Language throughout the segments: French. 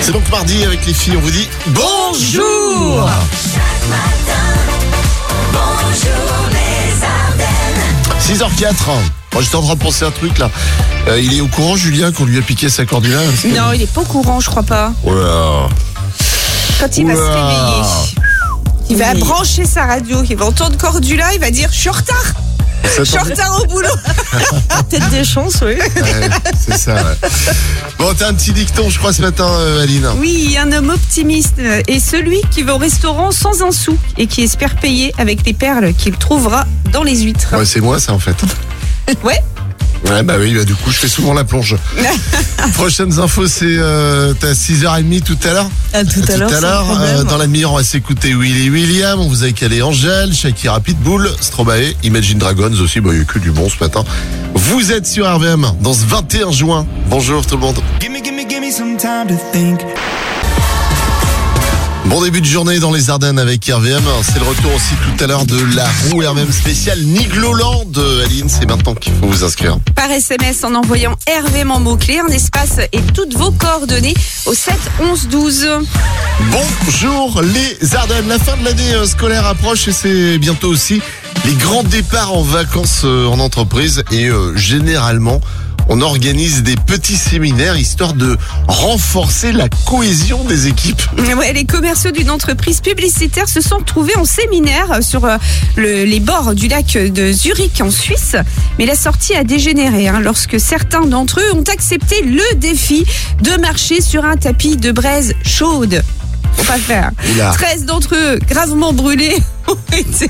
C'est donc mardi avec les filles, on vous dit bonjour Bonjour les Ardennes. 6h04 Moi Oh, j'étais en train de penser un truc là. Euh, il est au courant Julien qu'on lui a piqué sa cordula parce que- Non, il est pas au courant, je crois pas. Oh là. Quand il va Oula. se réveiller, il va Oui. brancher sa radio, il va entendre Cordula, il va dire Je suis en retard, Ça je suis en tombe- retard au boulot. Peut-être des chances, oui. Ouais, C'est ça ouais. Bon t'as un petit dicton je crois ce matin euh, Aline. Oui, un homme optimiste est celui qui va au restaurant sans un sou et qui espère payer avec les perles qu'il trouvera dans les huîtres. Ouais, c'est moi ça en fait. Ouais. Ouais bah oui bah, du coup je fais souvent la plonge. Prochaines infos c'est euh, t'as 6h30 tout à l'heure. À tout euh, dans la mire, on va s'écouter Willy William, on vous a calé Angèle, Shakira Pitbull, Stromae, Imagine Dragons aussi, bah, il y a eu que du bon ce matin. Vous êtes sur RVM dans ce 21 juin. Bonjour tout le monde. Gimme, gimme, gimme some time to think. Bon début de journée dans les Ardennes avec RVM. C'est le retour aussi tout à l'heure de la roue RVM spéciale Nigloland. Euh, Aline, c'est maintenant qu'il faut vous inscrire. Par SMS en envoyant Hervé en mots-clés, un espace et toutes vos coordonnées au 7 11 12. Bonjour les Ardennes, la fin de l'année euh, scolaire approche et c'est bientôt aussi les grands départs en vacances euh, en entreprise et euh, généralement on organise des petits séminaires histoire de renforcer la cohésion des équipes. Ouais, les commerciaux d'une entreprise publicitaire se sont trouvés en séminaire sur euh, le- les bords du lac de Zurich en Suisse. Mais la sortie a dégénéré hein, lorsque certains d'entre eux ont accepté le défi de marcher sur un tapis de braise chaude. Faut pas le faire. Oula. 13 d'entre eux gravement brûlés ont été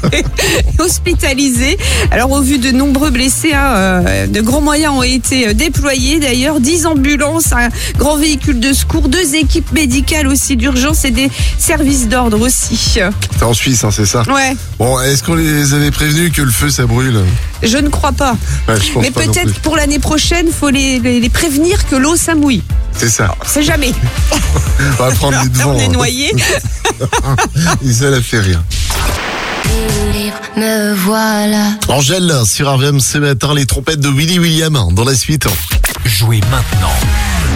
hospitalisés. Alors au vu de nombreux blessés, hein, euh, de grands moyens ont été euh, déployés d'ailleurs. 10 ambulances, un grand véhicule de secours, deux équipes médicales aussi d'urgence et des services d'ordre aussi. Euh, C'est en Suisse, hein, c'est ça. Ouais, Bon, est-ce qu'on les avait prévenus que le feu ça brûle je ne crois pas. Ouais, je pense Mais pas non peut-être plus. que pour l'année prochaine, faut les, les- les prévenir que l'eau ça mouille. C'est ça. C'est jamais. On va prendre les Là, devants. on est hein. noyé. Et ça la fait rire. Me voilà. Angèle sur RVM ce matin, les trompettes de Willy William hein. dans la suite. Jouez maintenant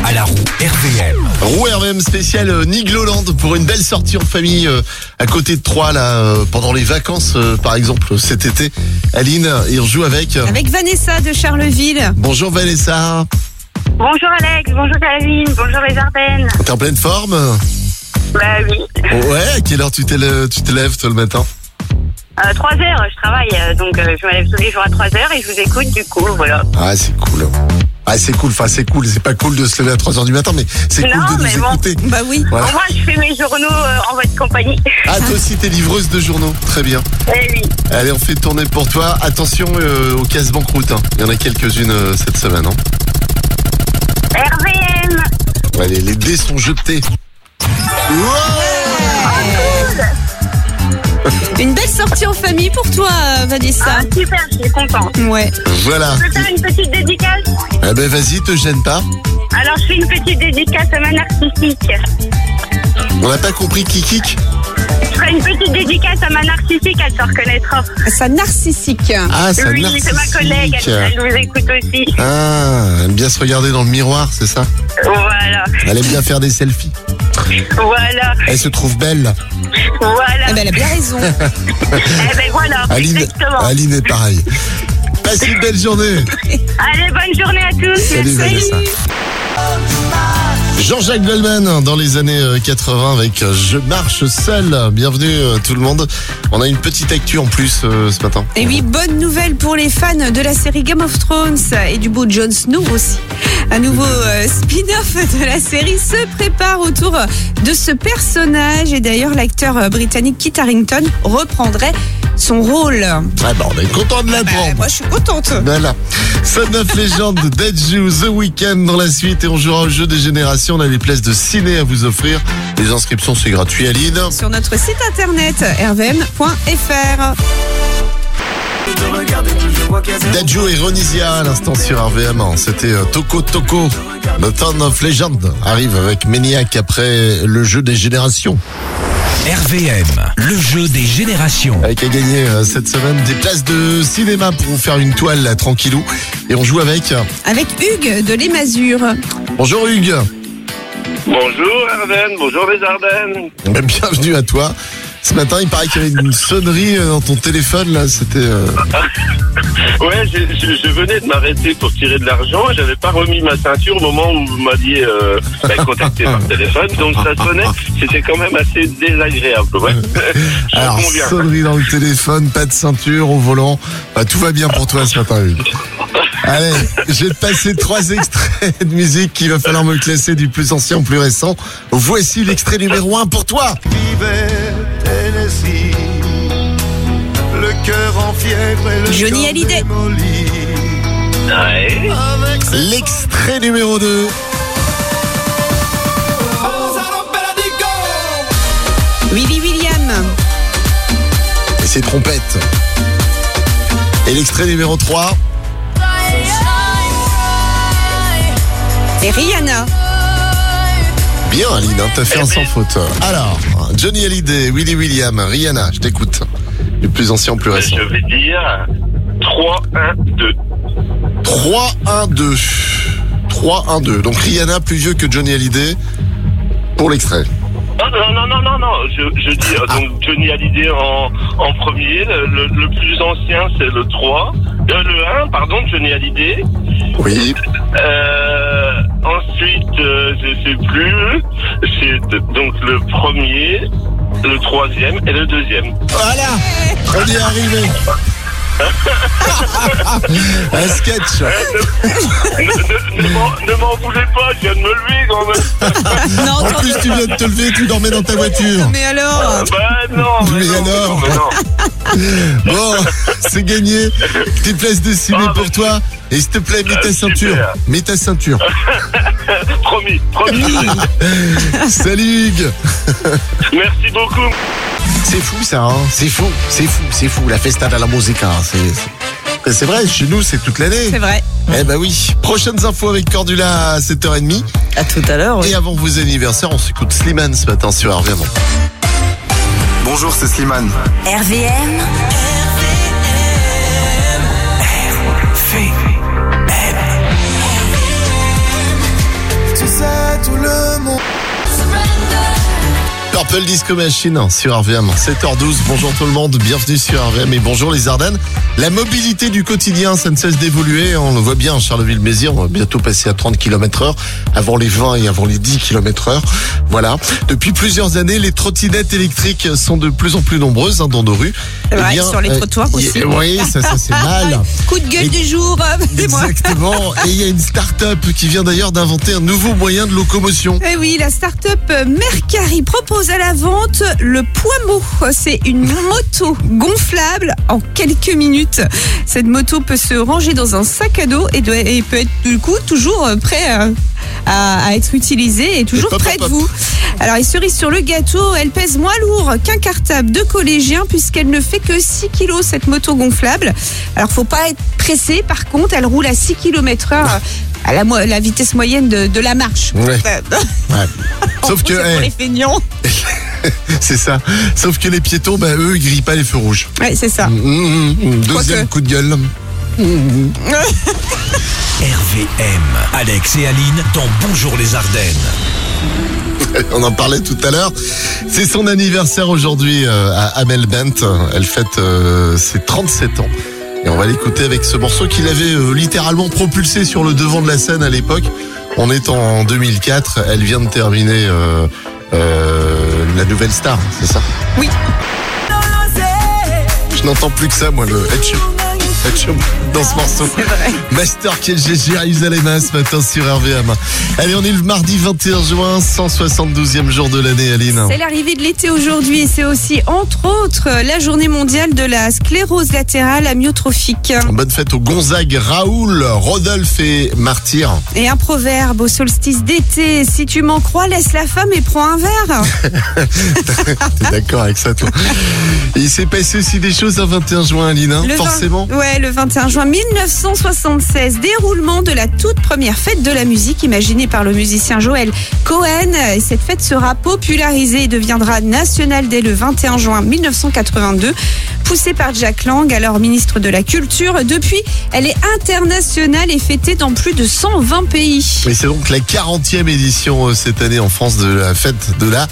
à la roue RVM. Roue RVM spécial euh, Nigloland pour une belle sortie en famille euh, à côté de Troyes là euh, pendant les vacances euh, par exemple cet été. Aline et on joue avec. euh, Avec Vanessa de Charleville. Bonjour Vanessa, Bonjour Alex, bonjour Caroline, bonjour les Ardennes. t'es en pleine forme Bah oui, Ouais, à quelle heure tu, t'es le- tu te lèves toi le matin euh, 3 heures, je travaille, euh, donc euh, je me lève tous les jours à 3 heures et je vous écoute du coup, voilà. Ah c'est cool. Ah c'est cool, enfin c'est cool, c'est pas cool de se lever à 3h du matin mais c'est Non, cool de mais nous bon. écouter. Bah oui. Ouais. Au moins, je fais mes journaux euh, en votre compagnie. Ah toi aussi t'es livreuse de journaux, très bien. Eh oui. Allez on fait tourner pour toi. Attention euh, aux cases banqueroutes, hein. il y en a quelques-unes euh, cette semaine. Hein. RVM, Allez, les dés sont jetés. Wow Une belle sortie en famille pour toi, euh, Vanessa. ah, super, je suis contente. Ouais. voilà. Je peux faire une petite dédicace Eh ben vas-y, te gêne pas. Alors, je fais une petite dédicace à ma narcissique. On n'a pas compris qui kick. Je ferai une petite dédicace à ma narcissique, elle se reconnaîtra. Ça narcissique. Eh Ah, ça oui, c'est ma collègue, elle, elle vous écoute aussi. Ah, elle aime bien se regarder dans le miroir, c'est ça Voilà, Elle aime bien faire des selfies. voilà, Elle se trouve belle. voilà. Eh ben, elle a bien raison. Eh ben voilà, Aline, exactement. Aline est pareille. Passe une belle journée. Allez, bonne journée à tous. Salut, Vanessa. Jean-Jacques Goldman dans les années euh, 80 avec euh, Je marche seul. Bienvenue euh, tout le monde. On a une petite actu en plus euh, ce matin. Et Eh oui, bonne nouvelle pour les fans de la série Game of Thrones et du beau Jon Snow aussi. Un nouveau euh, spin-off de la série se prépare autour de ce personnage et d'ailleurs l'acteur euh, britannique Kit Harington reprendrait son rôle. Ah bah on est content de Bah, l'apprendre. moi je suis contente. Voilà. Ça neuf légendes Dead Jew, The Weekend dans la suite et on jouera au jeu des générations. On a des places de ciné à vous offrir. Les inscriptions, c'est gratuit, Aline. Sur notre site internet rvm.fr. Dead Jew et Ronisia à l'instant sur RVM. C'était euh, Toko Toko. Le Town of Legend arrive avec Maniac après le jeu des générations. RVM, le jeu des générations. Avec à gagner euh, cette semaine des places de cinéma pour vous faire une toile là, tranquillou. Et on joue avec. euh, Avec Hugues de l'Emazure. Bonjour Hugues. Bonjour Ardennes, bonjour les Ardennes. Eh, Bienvenue à toi. Ce matin, il paraît qu'il y avait une sonnerie euh, dans ton téléphone là. C'était. euh, Ouais, je, je- je venais de m'arrêter pour tirer de l'argent et j'avais pas remis ma ceinture au moment où vous m'aviez euh, bah, contacté par téléphone, donc ça sonnait. C'était quand même assez désagréable. Ouais. J'en Alors, conviens. sonnerie dans le téléphone, pas de ceinture au volant. Bah, tout va bien pour toi ce matin, Hugues. Allez, je vais te passer trois extraits de musique qu'il va falloir me classer du plus ancien au plus récent. Voici l'extrait numéro un pour toi. l'hiver, Tennessee. Le cœur en fièvre et le Johnny corps Hallyday. démoli. Ouais. Avec L'extrait numéro 2. Willy William. Et ses trompettes. Et l'extrait numéro 3. Et Rihanna. Bien, Aline, hein, t'as fait un sans faute. Alors, Johnny Hallyday, Willy William, Rihanna, je t'écoute. Du plus ancien au plus récent. Je vais dire 3, 1, 2. 3, 1, 2. 3, 1, 2. Donc Rihanna plus vieux que Johnny Hallyday pour l'extrait. Non, Ah, non, non, non, non, non. Je, je dis euh, donc Johnny Hallyday en, en premier. Le, le- le plus ancien, c'est le 3. Euh, le 1, pardon, Johnny Hallyday. Oui. Euh, ensuite, euh, je sais plus. C'est donc le premier, le troisième et le deuxième. Voilà On y est arrivé Un sketch ne ne- ne m'en- ne m'en voulez pas, je viens de me lever quand même. Non, En t'en- plus, tu viens de te lever, tu dormais dans ta voiture. mais alors Bah non, Mais non, alors mais non. Bon, c'est gagné. Petite place dessinée pour toi. Et s'il te plaît, mets ta ceinture. Mets ta ceinture. Promis, promis. Salut Hugues Merci beaucoup. C'est fou ça, hein C'est fou, c'est fou, c'est fou. La festa della musica, hein, c'est- c'est... C'est vrai, chez nous, c'est toute l'année. C'est vrai. Eh ben oui. Prochaines infos avec Cordula à 7h30. À tout à l'heure. Et avant vos anniversaires, on s'écoute Slimane ce matin sur RVM. Bonjour, c'est Slimane. RVM, Purple Disco Machine sur RVM. 7h12, bonjour tout le monde, bienvenue sur RVM et bonjour les Ardennes. La mobilité du quotidien, ça ne cesse d'évoluer, on le voit bien, Charleville-Mézières, on va bientôt passer à 30 km heure, avant les 20 et avant les 10 km heure. Voilà. Depuis plusieurs années, les trottinettes électriques sont de plus en plus nombreuses hein, dans nos rues. Eh euh, C'est vrai, sur les trottoirs y- aussi. Oui, ça, ça c'est mal. Coup de gueule Et- du jour, euh, c'est moi. Exactement. Et il y a une start-up qui vient d'ailleurs d'inventer un nouveau moyen de locomotion. Eh oui, la start-up Mercari propose à la vente le Poimo. C'est une moto gonflable en quelques minutes. Cette moto peut se ranger dans un sac à dos et, doit- et peut être du coup toujours euh, prêt euh, à, à être utilisée et toujours Et pop, près pop, de vous. Alors, et cerise sur le gâteau, elle pèse moins lourd qu'un cartable de collégien puisqu'elle ne fait que 6 kilos cette moto gonflable. Alors, faut pas être pressé. Par contre, elle roule à 6 km heure à la, mo- la vitesse moyenne de, de la marche. Ouais. Ouais. En Sauf plus, que, c'est pour eh, les feignants. c'est ça. Sauf que les piétons, bah, eux, ils grillent pas les feux rouges. Euh, Ouais, c'est ça. Mmh, mmh, mmh. Deuxième Quoique. coup de gueule. RVM. Alex et Aline dans Bonjour les Ardennes. On en parlait tout à l'heure. C'est son anniversaire aujourd'hui euh, à Amel Bent. Elle fête euh, ses 37 ans. Et on va l'écouter avec ce morceau qu'il avait euh, littéralement propulsé sur le devant de la scène à l'époque. On est en 2004. Elle vient de terminer euh, euh, la nouvelle star, c'est ça Oui. Je n'entends plus que ça, moi, le headshot. Headshot dans ce morceau. C'est vrai. Master KG Jérusalem ce matin sur RVM. Allez, on est le mardi 21 juin, 172e jour de l'année, Aline. C'est l'arrivée de l'été aujourd'hui. C'est aussi, entre autres, la journée mondiale de la sclérose latérale amyotrophique. Bonne fête aux Gonzague, Raoul, Rodolphe et Martyr. Et un proverbe au solstice d'été. Si tu m'en crois, laisse la femme et prends un verre. Ah. T'es d'accord avec ça, toi Il s'est passé aussi des choses un 21 juin, Aline, hein Le vingt- forcément. Ouais, ouais, le 21 juin 1976, déroulement de la toute première fête de la musique imaginée par le musicien Joël Cohen. Et cette fête sera popularisée et deviendra nationale dès le 21 juin 1982. Poussée par Jack Lang, alors ministre de la Culture, depuis, elle est internationale et fêtée dans plus de 120 pays. Et c'est donc la 40e édition euh, cette année en France de la fête de la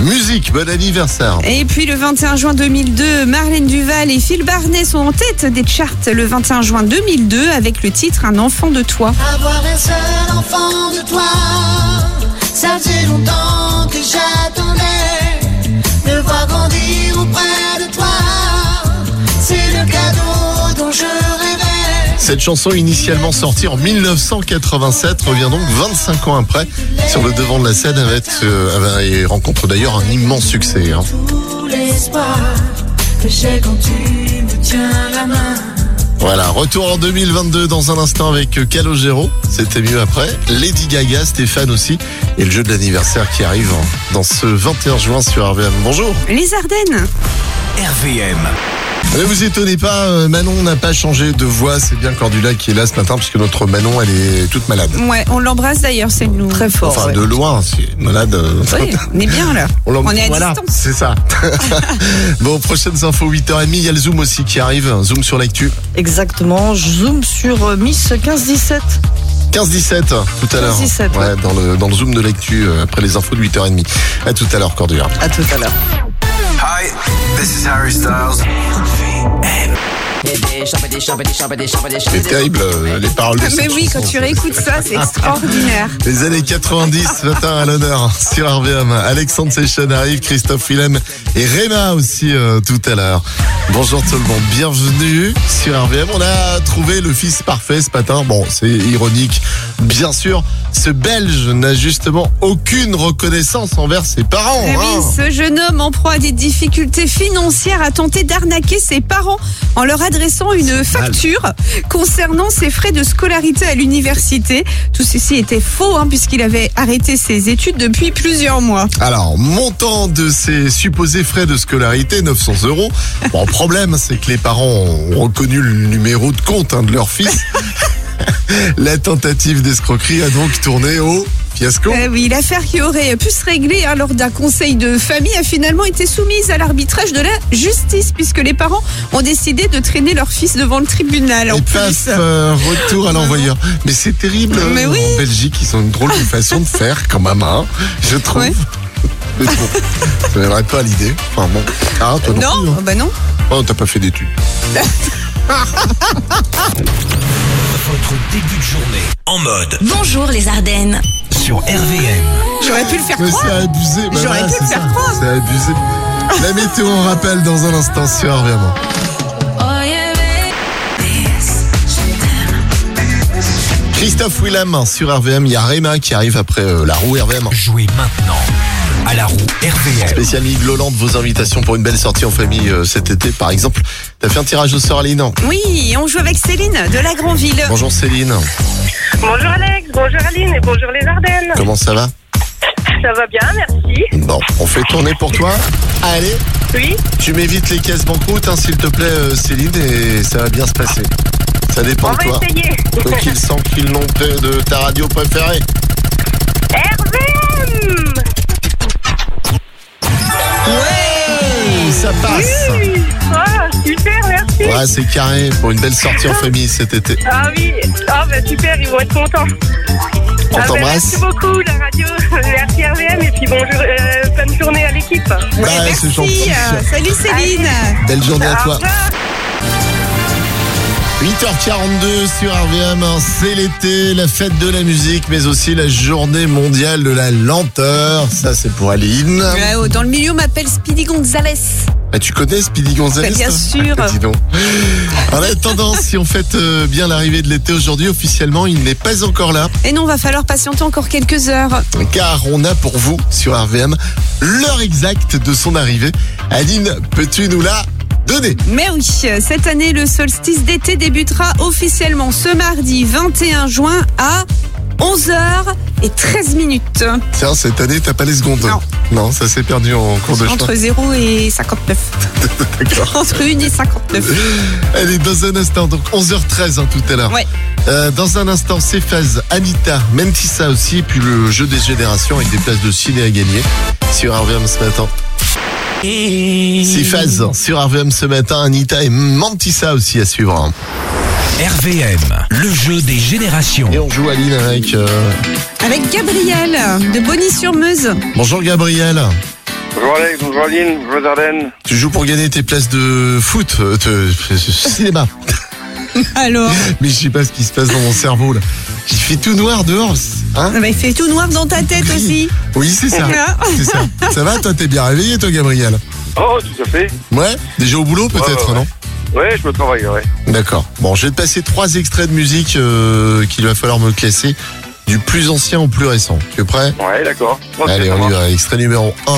musique. Bon anniversaire. Et puis le 21 juin 2002, Marlène Duval et Phil Barnet sont en tête des charts le 21 juin 2002 avec le titre Un enfant de toi. Avoir un seul enfant de toi, ça faisait longtemps que j'attendais de voir grandir auprès de toi. C'est le cadeau dont je rêvais. Cette chanson, initialement sortie en 1987, revient donc 25 ans après sur le devant de la scène avec, euh, et rencontre d'ailleurs un immense succès. hein. Tout l'espoir que j'ai quand tu me tiens la main. Voilà, retour en 2022 dans un instant avec Calogero, c'était mieux après, Lady Gaga, Stéphane aussi, et le jeu de l'anniversaire qui arrive en- dans ce 21 juin sur RVM. Bonjour Les Ardennes. RVM. Ne vous étonnez pas, euh, Manon n'a pas changé de voix, c'est bien Cordula qui est là ce matin, puisque notre Manon, elle est toute malade. Ouais, on l'embrasse d'ailleurs, c'est nous. Très fort. Enfin, de loin, c'est malade. euh, on est bien là. On, l'en- est à voilà, distance. C'est ça. bon, prochaines infos, 8h30, il y a le Zoom aussi qui arrive. Zoom sur l'actu. Exactement, je zoome sur euh, Miss 15-17. 15-17, tout à l'heure. 15-17, Ouais, dans, le, dans le Zoom de l'actu, euh, après les infos de 8h30. À tout à l'heure, Cordula. À tout à l'heure. Hi, this is Harry Styles. C'est terrible, euh, les paroles de Mais cette oui, chanson. quand tu réécoutes ça, c'est extraordinaire. Les années 90, ce matin à l'honneur sur RVM. Alexandre Session arrive, Christophe Willem et Réma aussi euh, tout à l'heure. Bonjour tout le monde, bienvenue sur RVM. On a trouvé le fils parfait ce matin. Bon, c'est ironique, bien sûr. Ce Belge n'a justement aucune reconnaissance envers ses parents. Eh hein. oui, ce jeune homme en proie à des difficultés financières a tenté d'arnaquer ses parents en leur adressant une facture concernant ses frais de scolarité à l'université. Tout ceci était faux hein, puisqu'il avait arrêté ses études depuis plusieurs mois. Alors, montant de ces supposés frais de scolarité, 900 euros. Bon, problème, c'est que les parents ont reconnu le numéro de compte hein, de leur fils. La tentative d'escroquerie a donc tourné au fiasco. Eh oui, l'affaire qui aurait pu se régler hein, lors d'un conseil de famille a finalement été soumise à l'arbitrage de la justice puisque les parents ont décidé de traîner leur fils devant le tribunal. En Et plus. passe euh, retour à l'envoyeur. Mais c'est terrible. euh, Mais oui. En Belgique, ils ont une drôle de façon de faire quand même, hein, je trouve. Ouais. Mais bon, ça n'aimerait pas à l'idée. Enfin bon. Ah, toi non, Non, plus, hein. bah non. Oh, t'as pas fait d'études. Votre début de journée en mode Bonjour les Ardennes. sur RVM. J'aurais pu le faire Mais croire. c'est abusé. Bah J'aurais voilà, pu c'est le faire ça. croire. C'est abusé. La météo, on rappelle dans un instant sur RVM. Christophe Willem sur RVM. Il y a Réma qui arrive après euh, la roue RVM. Jouez maintenant à la roue RVM. Spécial Ligue Lolland, vos invitations pour une belle sortie en famille euh, cet été, par exemple. T'as fait un tirage au sort, Aline Oui, on joue avec Céline de la Grandville. Bonjour Céline, Bonjour Alex, bonjour Aline et bonjour les Ardennes. comment ça va Ça va bien, merci. Bon, on fait tourner pour toi. Allez, Oui, tu m'évites les caisses banqueroutes, hein, s'il te plaît, euh, Céline, et ça va bien se passer. Ça dépend on de va toi. essayer. Faut qu'ils sentent qu'ils l'ont près de ta radio préférée. RVM Ouais, ça passe. Oui Ah, super, merci. Ouais, c'est carré pour une belle sortie en famille cet été. Ah oui, ah bah super, ils vont être contents. On Ah bah, t'embrasse. merci beaucoup la radio, merci RVM et puis bonjour, euh, bonne journée à l'équipe. Bah, Eh, c'est gentil. euh, Salut Céline. Belle journée à Au toi. revoir. 8h42 sur RVM, hein, c'est l'été, la fête de la musique, mais aussi la journée mondiale de la lenteur. Ça, c'est pour Aline. Ouais, oh, dans le milieu, on m'appelle Speedy Gonzalez. Ah, tu connais Speedy Gonzales Bah, bien toi sûr. Dis donc. En attendant, si on fête euh, bien l'arrivée de l'été aujourd'hui, officiellement, il n'est pas encore là. Et non, va falloir patienter encore quelques heures. car on a pour vous sur RVM l'heure exacte de son arrivée. Aline, peux-tu nous la donner Mais oui, cette année, le solstice d'été débutera officiellement ce mardi 21 juin à 11h. et 13 minutes. Tiens, cette année, t'as pas les secondes. Non, ça s'est perdu en cours de chemin. Entre 0 et 59. Entre 1 et 59. Elle est dans un instant, donc 11h13 hein, tout à l'heure. Ouais. Euh, dans un instant, Céphase, Anita, Mentissa aussi, et puis le jeu des générations avec des places de ciné à gagner sur RVM ce matin. Céphase sur RVM ce matin, Anita et Mentissa aussi à suivre. hein. RVM, le jeu des générations. Et on joue Aline avec. euh, Avec Gabriel de Bonny-sur-Meuse. Bonjour Gabriel. Bonjour Alex, bonjour Aline, bonjour Arden. Tu joues pour gagner tes places de foot, euh, de de- de cinéma. Alors Mais je sais pas ce qui se passe dans mon cerveau là. Il fait tout noir dehors. Hein Ah bah, Il fait tout noir dans ta tête aussi. Oui, c'est ça. Ah. C'est ça. Ça va, toi, t'es bien réveillé, toi, Gabriel Oh, tout à fait. Ouais Déjà au boulot, peut-être, Ouais, ouais, Ouais, je me travaille, ouais. non D'accord. Bon, je vais te passer trois extraits de musique euh, qu'il va falloir me classer, du plus ancien au plus récent. Tu es prêt Ouais, d'accord. Ok, Allez, ça on y marche. va. Extrait numéro 1.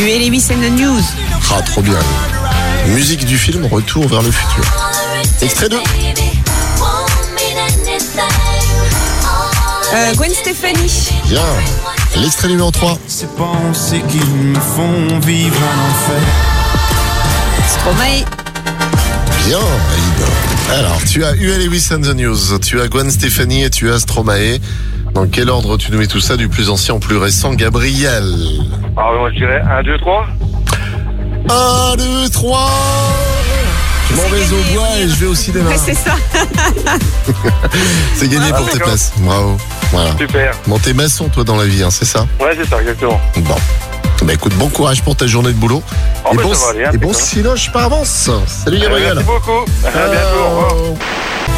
You et Lewis and the News. Ah, trop bien. Musique du film Retour vers le futur. Extrait 2. Euh, Gwen Stefani. Bien. L'extrait numéro 3. Ces pensées qui me font vivre un enfer. Stromae. Bien, Aïd. Alors, tu as UL Lewis and the News, tu as Gwen Stefani et tu as Stromae. Dans quel ordre tu nous mets tout ça du plus ancien au plus récent Gabriel. Alors, Ah, moi, je dirais 1, 2, 3. 1, 2, 3 Je m'en C'est vais gagné, au bois on y et va. je vais au cinéma. Ouais, c'est ça. C'est gagné Ah, pour tes d'accord. places. Bravo. Voilà. Super. Bon, t'es maçon, toi, dans la vie, hein, c'est ça Ouais, c'est ça, exactement. Bon. Bah écoute, bon courage pour ta journée de boulot. Oh, et bah, bon, ça va aller, hein, et bon putain. sinoche par avance. Salut Euh, Gabriel. Merci beaucoup. À bientôt. Au revoir.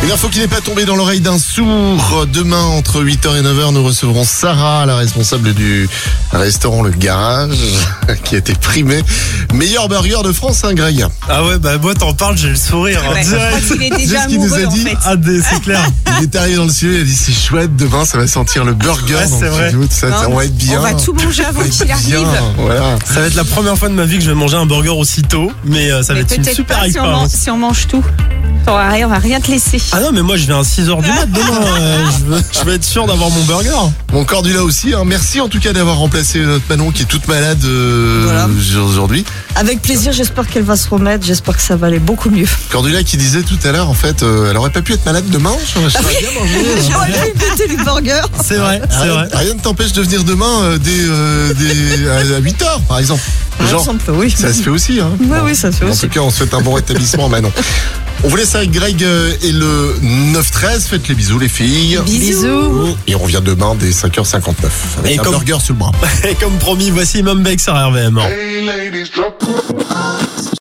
Une info qui n'est pas tombée dans l'oreille d'un sourd. Demain, entre 8h et 9h, nous recevrons Sarah, la responsable du restaurant Le Garage, qui a été primée. Meilleur burger de France, hein, Greg Ah ouais, bah moi t'en parles, j'ai le sourire en Ouais, je crois direct. qu'il est C'est déjà ce qu'il nous a amoureux en dit. fait. Ah, des- c'est clair. Il est arrivé dans le studio, il a dit c'est chouette, demain ça va sentir le burger. Ouais, Donc, c'est tu vrai. doutes, ça, Non, ça va être bien. Hein On va tout manger avant Ça va qu'il être bien, arrive. Voilà. Ça va être la première fois de ma vie que je vais manger un burger aussi tôt, mais euh, ça va Mais être une peut-être super pas hein. si on, mange, expérience. si on mange tout. On va rien, on va rien te laisser. Ah non, mais moi je viens à 6h du mat demain. euh, je, veux, je veux être sûr d'avoir mon burger. Mon Cordula aussi, hein. merci en tout cas d'avoir remplacé notre Manon qui est toute malade euh, Voilà. aujourd'hui. Avec plaisir, j'espère qu'elle va se remettre, j'espère que ça va aller beaucoup mieux. Cordula qui disait tout à l'heure en fait, euh, elle aurait pas pu être malade demain. Je- je- J'aurais dû péter du burger. C'est vrai, Ah Ah c'est Rien, vrai. rien ne t'empêche de venir demain euh, dès, euh, dès- à 8 h par exemple. Par Genre, exemple, oui. ça se fait aussi. Hein. Oui, oui, ça se fait En aussi. tout cas, on se souhaite un bon rétablissement, Manon. On vous laisse avec Greg euh, et le 9-13. Faites les bisous, les filles. Bisous. Et on revient demain dès 5h59 avec Et un comme- burger sous le bras. hein. Et comme promis, voici Mumbex sur RVM. Hey ladies, drop